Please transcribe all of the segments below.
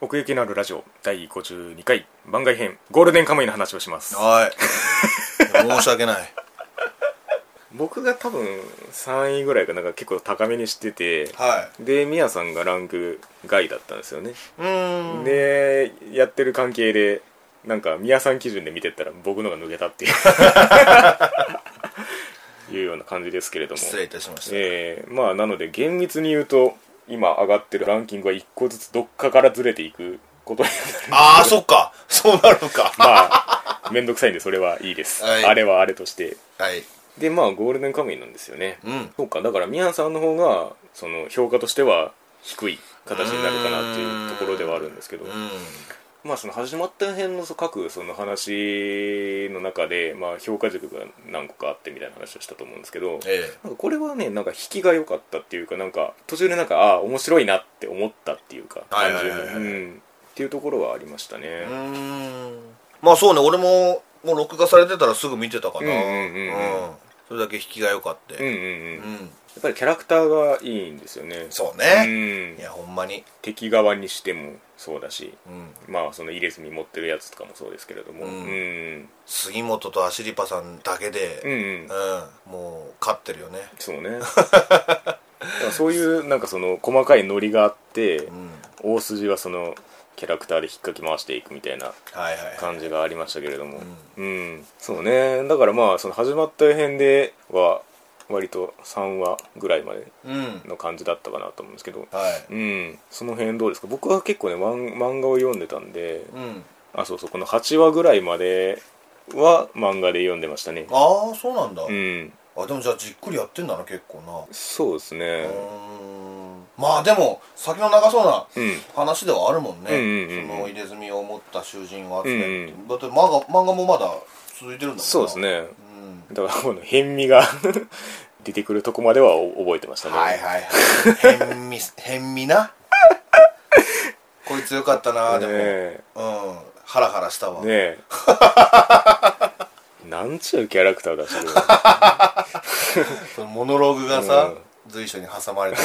奥行きのあるラジオ第52回番外編ゴールデンカムイの話をしますはい申し訳ない僕が多分3位ぐらいかなんか結構高めにしててはいでミヤさんがランク外だったんですよね、うーんでやってる関係でなんかミヤさん基準で見てったら僕のが抜けたっていう いうような感じですけれども失礼いたしました、えーまあなので厳密に言うと今上がってるランキングは1個ずつどっかからずれていくことになるああそっかそうなるのか まあ面倒くさいんでそれはいいです、はいあれはあれとしてはいでまあゴールデンカムイなんですよね、うんそうかだからミヤさんの方がその評価としては低い形になるかなっていうところではあるんですけどうんまあその始まった辺のその各その話の中で、まあ、評価軸が何個かあってみたいな話をしたと思うんですけどえなんかこれはねなんか引きが良かったっていうかなんか途中でなんかああ面白いなって思ったっていうかはい単はい純はいはいにうんっていうところはありましたえねうーんまあそうね俺ももう録画されてたらすぐ見てたかなうんうんうんうんうんそれだけ引きが良かってうんうんうんうやんっぱりキャラクターがいいんですよねそううねんいやほんまに敵側にしてもそうだしうんまあその入れ墨持ってるやつとかもそうですけれどもううんんうん杉本とアシリパさんだけうでんうんもう勝ってるよねそう ねだからそういうなんかその細かいノリがあってうん大筋はそのキャラクターで引っかき回していくみたいなはいはい感じがありましたけれども、うんそうねだからまあその始まった辺では割と3話ぐらいまでうんの感じだったかなと思うんですけど、はいうん、その辺どうですか僕は結構ね漫漫画を読んでたんでうんあそうそうこの8話ぐらいまでは漫画で読んでましたねああそうなんだうんあでもじゃあじっくりやってんだな結構なそうですねうーんまあでも先の長そうなうん話ではあるもんうんうんうんうねんその入れ墨を持った囚人を集めるってうだって漫画漫画もまだ続いてるんだもんなそうですねうんだからこの変味が 出てくるとこまではお覚えてましたねはいはい はい変味変味なこいつよかったなねでえもうんハラハラしたわ ねえなんちゅうキャラクターだしこれそのモノローグがさ随所に 挟まれて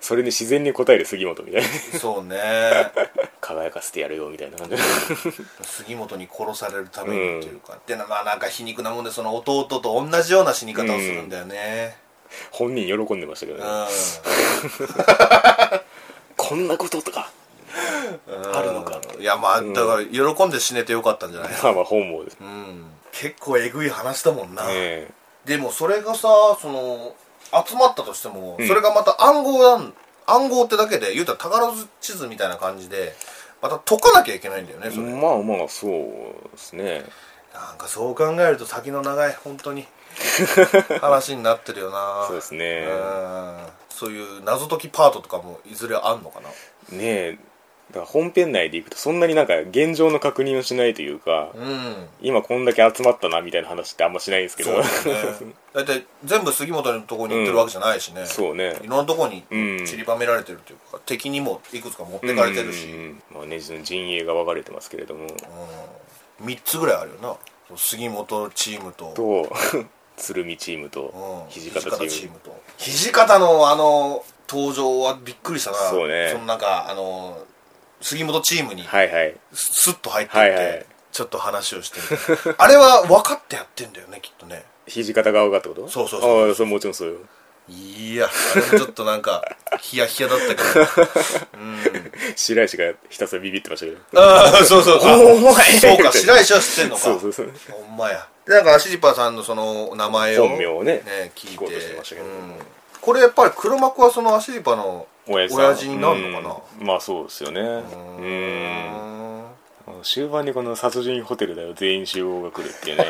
それに自然に応える杉本みたいなそうね輝かせてやるよみたいな感じ杉本に殺されるためにというか、でまあなんか皮肉なもんでその弟と同じような死に方をするんだよね本人喜んでましたけどうねん、こんなこととかうんあるのかいやまあだから喜んで死ねてよかったんじゃない、まあまあ本望ですねうん、結構えぐい話だもんな、えでもそれがさその集まったとしても、それがまた暗号なん暗号ってだけで言うたら宝地図みたいな感じでまた解かなきゃいけないんだよねそれ、まあまあそうですねなんかそう考えると先の長い本当に 話になってるよなそうですねうんそういう謎解きパートとかもいずれあんのかなねえだから本編内でいくとそんなになんか現状の確認をしないというかうん今こんだけ集まったなみたいな話ってあんましないんですけどそうだよねだって全部杉本のとこに行ってるわけじゃないしね、そうねいろんなとこにうん散りばめられてるというか、敵にもいくつか持ってかれてるし、うんうんうんまあねその陣営が分かれてますけれども3つぐらいあるよなそう杉本チームとと 鶴見チームとうん土方チーム,、と土方のあの登場はびっくりしたなそうねのなんかあの杉本チームにはいはいスッと入ってって、はいはいちょっと話をしてるあれは分かってやってんだよねきっとね土方側がってことそうそうそうああそれもちろんそうよいやあれもちょっとなん かヒヤヒヤだったけど白石がひたすらビビってましたけどああそうそうそう お前そうか白石は知ってんのかそうそうそうほんまやでなんかアシリパさんのその名前を本名をねね聞聞いこうてとしてましたけどうんこれやっぱり黒幕はそのアシリパの親父親父になるのかななまあそうですよねうんうんあの終盤にこの殺人ホテルだよ全員集合が来る っていうね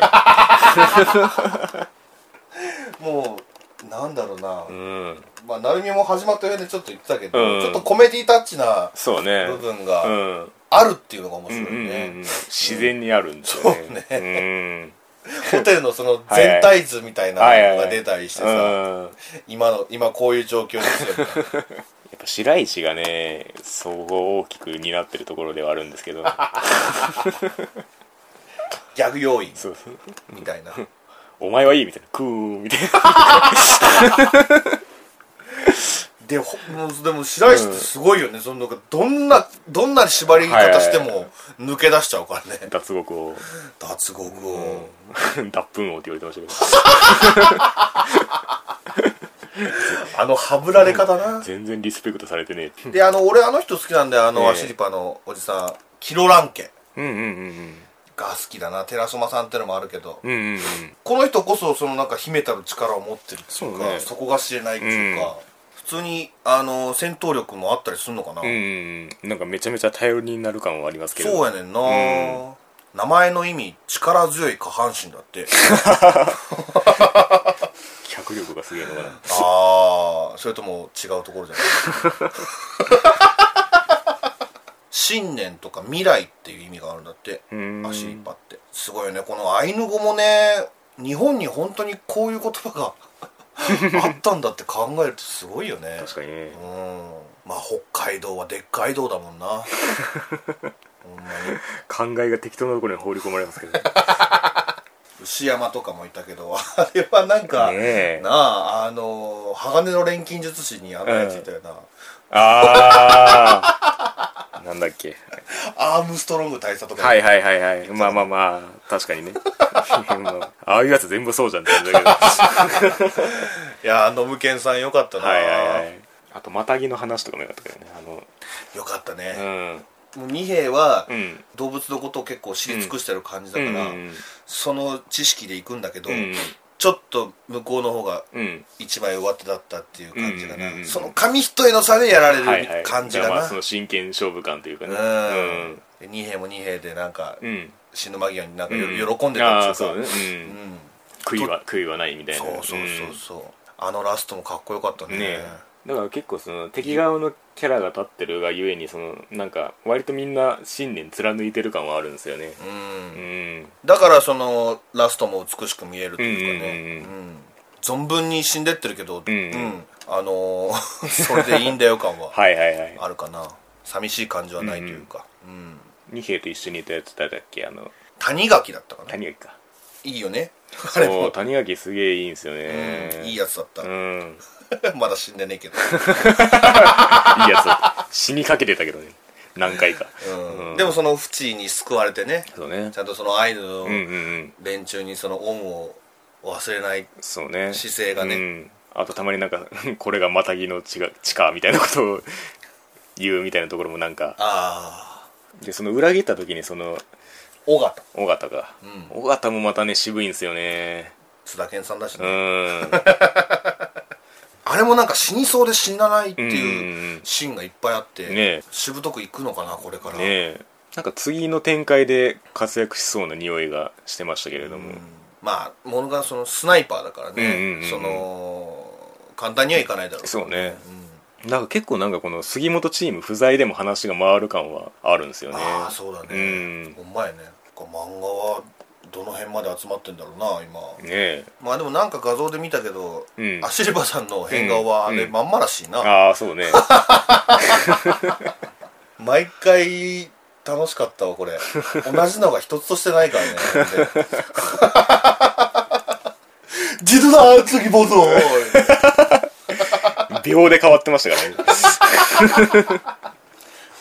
もうなんだろうな、うんまあ成美も始まった上でちょっと言ってたけど、うんちょっとコメディタッチなそうね部分うがんあるっていうのが面う白んいうんうんね、うん自然にあるんですよねそうね ホテルのその全体図みたいなのが出たりしてうんさやっ今の今こういう状況ですよみ たいなぱ白石がね総合大きく担ってるところではあるんですけど ギャグ要員そうそうみたいなお前はいいみたいなクーみたいなでほもうでも白石ってすごいよね、そのなんかどんなどんな縛り方しても抜け出しちゃうからね脱獄を 脱獄を、脱粉王って言われてましたけどあのはぶられ方な、全然リスペクトされてねえであの俺あの人好きなんであの、ええアシリパのおじさんキロランケうんうんうんが好きだな寺マさんってのもあるけど、うんうんうんこの人こそそのなんか秘めたる力を持ってるっていうかそそ,、うねこが知れないっていうか、うん普通にあの戦闘力もあったりするのかな、うんうんうんなんかめちゃめちゃ頼りになる感はありますけどそうやねんな、名前の意味力強い下半身だって 脚力がすげえのかなああそれとも違うところじゃない 信念とか未来っていう意味があるんだってうーんアシリパってすごいよねこのアイヌ語もね日本に本当にこういう言葉が あったんだって考えるとすごいよね確かにねうんまあ北海道はでっかい道だもんなほんまに考えが適当なところに放り込まれますけどね牛山とかもいたけど あれはなんか、えなああの鋼の錬金術師にあのやついたよな、あ あなんだっけアームストロング大佐とか、はいはいはいはいまあまあまあ確か にねまあああいうやつ全部そうじゃんって感じだけどはいやあの無剣さんよかったな、いはいはいあとマタギの話とかもよかったけどねあのよかったうね、んもう二兵は、うん動物のことを結構知り尽くしてる感じだから、うんその知識で行くんだけど、うんちょっと向こうの方がうん一枚上手だったっていう感じかな、うんうんうんその紙一重の差でやられはいはるい感じだがからな、まあその真剣勝負感というかねうんで二兵も二兵でなんか、うんうん死ぬ間際になんかよう喜んでたあっていあそうだうか、ねううんん悔いは悔いはないみたいなそうそうそうそう、あのラストもかっこよかったねねえだから結構その敵側のキャラが立ってるがゆえにそのなんか割とみんな信念貫いてる感はあるんですよねううんんだからそのラストも美しく見えるというかね、ううん存分に死んでってるけど、うんうんあのー それでいいんだよ感は はいはいはいあるかな寂しい感じはないというか、うん二兵と一緒にいたやつ誰だっけあの谷垣だったかな谷垣かいいよねあれそうも、谷垣すげえいいんですよねうんいいやつだっうた、ん まだ死んでねえけど、いいやつだ死にかけてたけどね何回かうんうんでもその不地に救われてねそうねちゃんとそのアイヌのうんうんうん連中にその恩を忘れないそうね姿勢がねうん、あとたまになんか これがマタギの血が血かみたいなことを言うみたいなところもなんかああでその裏切った時にその尾形尾形が、尾形もまたね渋いんですよね津田健さんだしうね、ん あれもなんか死にそうで死なないってうんうんいううんシーンがいっぱいあって、ねえしぶとくいくのかなこれから、ねえなんか次の展開で活躍しそうな匂いがしてましたけれども、まあものがそのスナイパーだからね、うんうんうんその簡単にはいかないだろうそうね、なんか結構なんかこの杉本チーム不在でも話が回る感はあるんですよねああそうだうんね、ほんまやねこう漫画はどの辺まで集まってんだろうな今ねえまあでもなんか画像で見たけど、うんアシリバさんの変顔はあれまんまらしいな、ああそう ね毎回楽しかったわこれ同じのが一つとしてないからねジドだ次ボぞ秒で変わってましたからね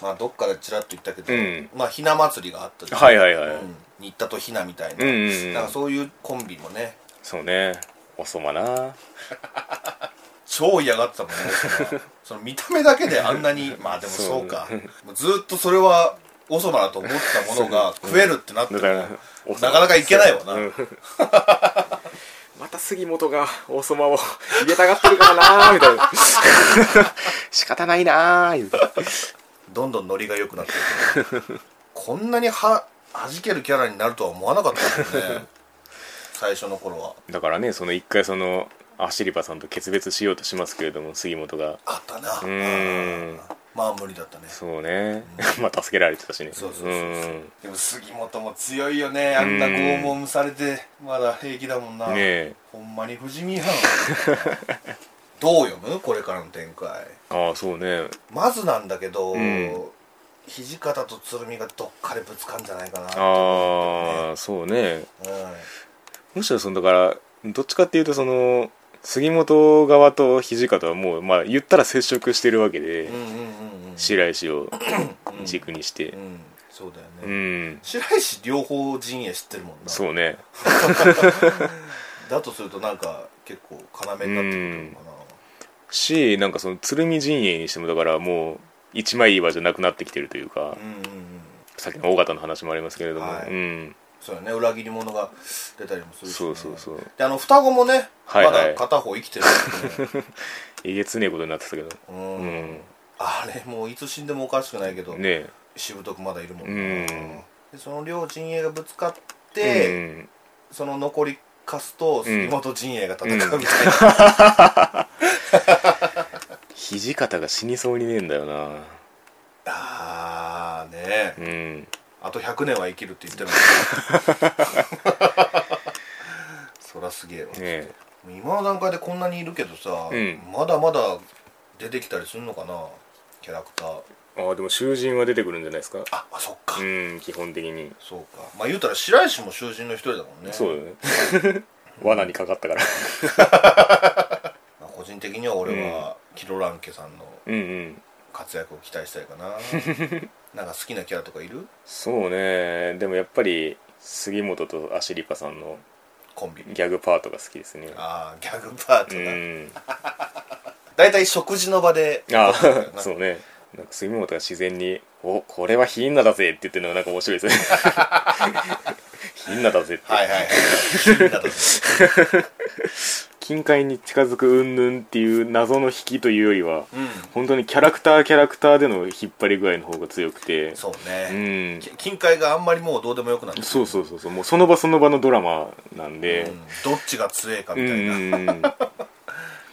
まあどっかでちらっと言ったけど、うんまあひな祭りがあったじゃんはいはいはい、うん新田とひなみたいな、うんうんうんなんかそういうコンビもねそうねおそまな超嫌がってたもんね そのその見た目だけであん なにまあでもそうそうかもうずっとそれはおそばだと思ってたものが食えるってなってだもからおそなかなかいけないわな、うんまた杉本がおそまを入れたがってるからなーみたいな仕方ないなー言うてどんどんノリが良くなっていくこんなには弾けるキャラになるとは思わなかったですね最初の頃はだからねその一回そのアシリパさんと決別しようとしますけれども杉本があったなうーんまあ無理だったねそうね まあ助けられてたしねそうそうそうそううんでも杉本も強いよねあんな拷問されてまだ平気だもんな、ねえほんまに不死身やんどう読むこれからの展開ああそうねまずなんだけど、ん土方と鶴見がどっかでぶつかんじゃないかなってああそうねうんむしろそのだからどっちかっていうとその杉本側と土方はもう、まあ、言ったら接触してるわけで、うんうんうんうん白石を軸にしてう、んそうだよね、うん、白石両方陣営知ってるもんなそうね、だとするとなんか結構要になってくるのかなし、なんかその鶴見陣営にしても、だからもう、一枚岩じゃなくなってきてるというか、うんうんうんさっきの尾形の話もありますけれども、はいうん、そうだね裏切り者が出たりもするし、ね、そうそうそう、であの双子もね、はいはいまだ片方生きてる えげつねえことになってたけど、もんうね、うんん、あれもういつ死んでもおかしくないけど、ねしぶとくまだいるもんな、うんでその両陣営がぶつかっえ、て、うん、その残りかすと杉本陣営が戦うみたいな、うん土方が死にそうにねえんだよな、 ああねえうん、あと100年は生きるって 言ってるもんそらすげえわねえ、今の段階でこんなにいるけどさ、うんまだまだ出てきたりするのかなキャラクターああ、でも囚人は出てくるんじゃないですか、ああそっか、うん、基本的に。そうかまあ言うたら白石も囚人の一人だもんねそうだね 罠にかかったからまあ個人的には俺は、キロランケさんのうんうん活躍を期待したい かななんか好きなキャラとかいるそうねでもやっぱり杉本とアシリパさんのコンビギャグパートが好きですねああギャグパートうだ、ん大体食事の場であ だなそうねなんか杉本が自然に「おこれはヒンナだぜ」って言ってるのがなんか面白いです ねヒンナだぜって、はいはい はいだと近海に近づく云々っていう謎の引きというよりはうん本当にキャラクターキャラクターでの引っ張り具合の方が強くてそううね、んき近海があんまりもうどうでもよくなってるそうそうそうそうもうその場その場のドラマなんで、うんどっちが強いかみたいな、うんうんうん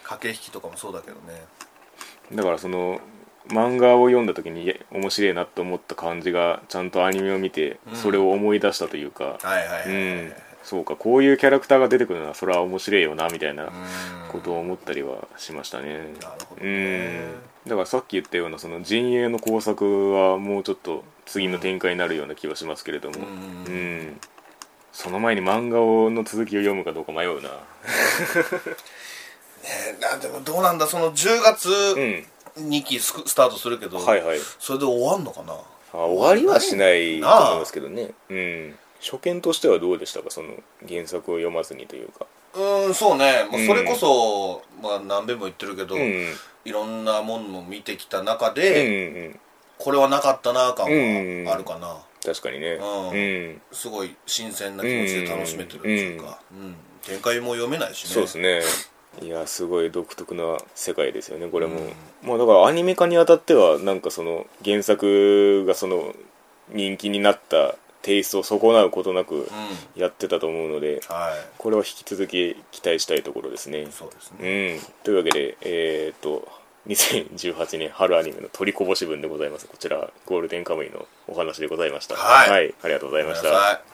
駆け引きとかもそうだけどねだからその漫画を読んだ時にいや面白いなと思った感じがちゃんとアニメを見てうんそれを思い出したというか、はいはいはい、うんうんそうかこういうキャラクターが出てくるのはそれは面白いよなみたいなことを思ったりはしましたね。なるほどうねんだからさっき言ったようなその陣営の工作はもうちょっと次の展開になるような気はしますけれども、うんうんその前に漫画をの続きを読むかどうか迷うな。えーなでもどうなんだその10月うん、 2期スクスタートするけど、はいはいそれで終わんのかなあ終わりはしないと思いますけどねうん初見としてはどうでしたかその原作を読まずにというかうーんそうね、まあうんそれこそ、まあ、何べんも言ってるけど、うんうんいろんなもんも見てきた中うで、んうんこれはなかったな感うんはあるかな、確かにねうんうんすごい新鮮な気持ちで楽しめてるっていうか、うん展開も読めないしねそうですねいやすごい独特な世界ですよねこれも、うんまあだからアニメ化にあたってはなんかその原作がその人気になったテイストを損なうことなくうんやってたと思うのではいこれは引き続き期待したいところですねそうですうね、ん、というわけで、えっと2018年春アニメの取りこぼし分でございますこちらゴールデンカムイのお話でございましたはいありがとうございましたごめんなさい